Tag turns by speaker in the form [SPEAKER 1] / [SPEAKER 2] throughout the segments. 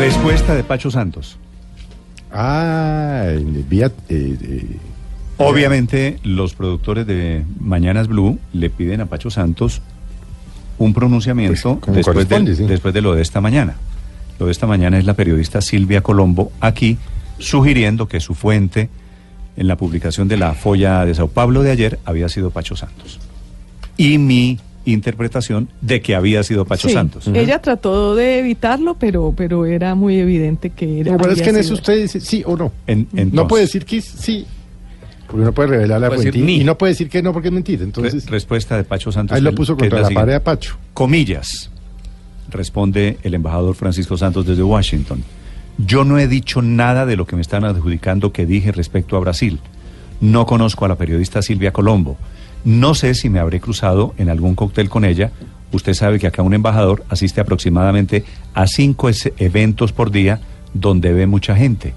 [SPEAKER 1] Respuesta de Pacho Santos.
[SPEAKER 2] Ah, en- vía, eh, eh,
[SPEAKER 1] Obviamente, los productores de Mañanas Blue le piden a Pacho Santos un pronunciamiento
[SPEAKER 2] Pues, como
[SPEAKER 1] después, del-
[SPEAKER 2] corresponde, sí.
[SPEAKER 1] después de lo de esta mañana. Lo de esta mañana es la periodista Silvia Colombo aquí sugiriendo que su fuente en la publicación de la folla de Sao Paulo de ayer había sido Pacho Santos. Y mi interpretación de que había sido Pacho
[SPEAKER 3] Sí,
[SPEAKER 1] Santos.
[SPEAKER 3] Ella trató de evitarlo, pero, pero era muy evidente que era.
[SPEAKER 2] no, pero es
[SPEAKER 3] había
[SPEAKER 2] que en eso
[SPEAKER 3] sido-
[SPEAKER 2] usted dice sí o no.
[SPEAKER 1] En-
[SPEAKER 2] no
[SPEAKER 1] entonces,
[SPEAKER 2] puede decir que sí, porque no puede revelar la
[SPEAKER 1] Puede
[SPEAKER 2] fuente.
[SPEAKER 1] decir ni.
[SPEAKER 2] Y no puede decir que no, porque es mentira.
[SPEAKER 1] re-
[SPEAKER 2] Entonces,
[SPEAKER 1] respuesta de Pacho Santos.
[SPEAKER 2] ahí lo
[SPEAKER 1] que-
[SPEAKER 2] puso
[SPEAKER 1] que es
[SPEAKER 2] contra la,
[SPEAKER 1] siguiente.
[SPEAKER 2] pared a Pacho.
[SPEAKER 1] Comillas, responde el embajador Francisco Santos desde Washington. Yo no he dicho nada de lo que me están adjudicando que dije respecto a Brasil. No conozco a la periodista Silvia Colombo. No sé si me habré cruzado en algún cóctel con ella. Usted sabe que acá un embajador asiste aproximadamente a cinco es- eventos por día donde ve mucha gente.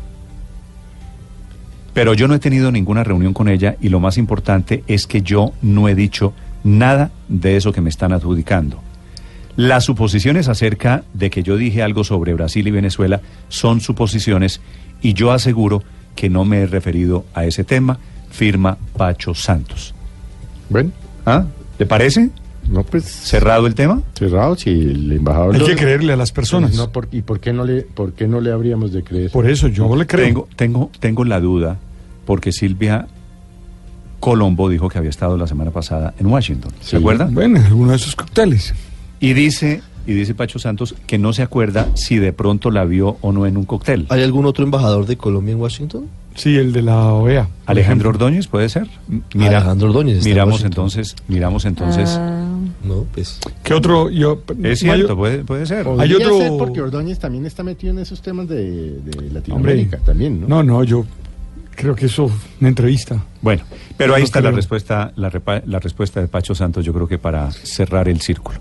[SPEAKER 1] Pero yo no he tenido ninguna reunión con ella y lo más importante es que yo no he dicho nada de eso que me están adjudicando. Las suposiciones acerca de que yo dije algo sobre Brasil y Venezuela son suposiciones y yo aseguro que no me he referido a ese tema, firma Pacho Santos.
[SPEAKER 2] Bueno,
[SPEAKER 1] ¿Ah? ¿Le parece?
[SPEAKER 2] no, pues.
[SPEAKER 1] ¿Cerrado el tema?
[SPEAKER 2] Cerrado, si el embajador.
[SPEAKER 4] Hay
[SPEAKER 2] lo-
[SPEAKER 4] que creerle a las personas.
[SPEAKER 2] No, por- ¿Y por qué, no le, por qué no le habríamos de creer?
[SPEAKER 4] Por eso yo le creo.
[SPEAKER 1] Tengo, tengo, tengo la duda porque Silvia Colombo dijo que había estado la semana pasada en Washington. ¿Se
[SPEAKER 2] Sí.
[SPEAKER 1] acuerda?
[SPEAKER 4] Bueno, en alguno de esos cócteles.
[SPEAKER 1] Y dice, y dice Pacho Santos que no se acuerda si de pronto la vio o no en un cóctel.
[SPEAKER 5] ¿Hay algún otro embajador de Colombia en Washington?
[SPEAKER 4] Sí, el de la OEA. por
[SPEAKER 1] Alejandro
[SPEAKER 4] ejemplo.
[SPEAKER 1] Ordóñez, ¿puede ser? M-
[SPEAKER 5] Alejandro Ordóñez está en
[SPEAKER 1] Miramos
[SPEAKER 5] Washington.
[SPEAKER 1] entonces, miramos entonces.
[SPEAKER 3] Ah,
[SPEAKER 5] No, pues.
[SPEAKER 4] ¿Qué otro? Yo,
[SPEAKER 1] Es
[SPEAKER 4] Mayo-
[SPEAKER 1] cierto, puede, puede ser.
[SPEAKER 2] Podría
[SPEAKER 4] Hay otro-
[SPEAKER 2] ser porque Ordóñez también está metido en esos temas de, de
[SPEAKER 4] Hombre.
[SPEAKER 2] Latinoamérica también, ¿no?
[SPEAKER 4] No, no, yo creo que eso, una entrevista.
[SPEAKER 1] Bueno, pero ahí
[SPEAKER 4] No
[SPEAKER 1] está la
[SPEAKER 4] creo.
[SPEAKER 1] respuesta, la, repa- la respuesta de Pacho Santos, yo creo que para cerrar el círculo.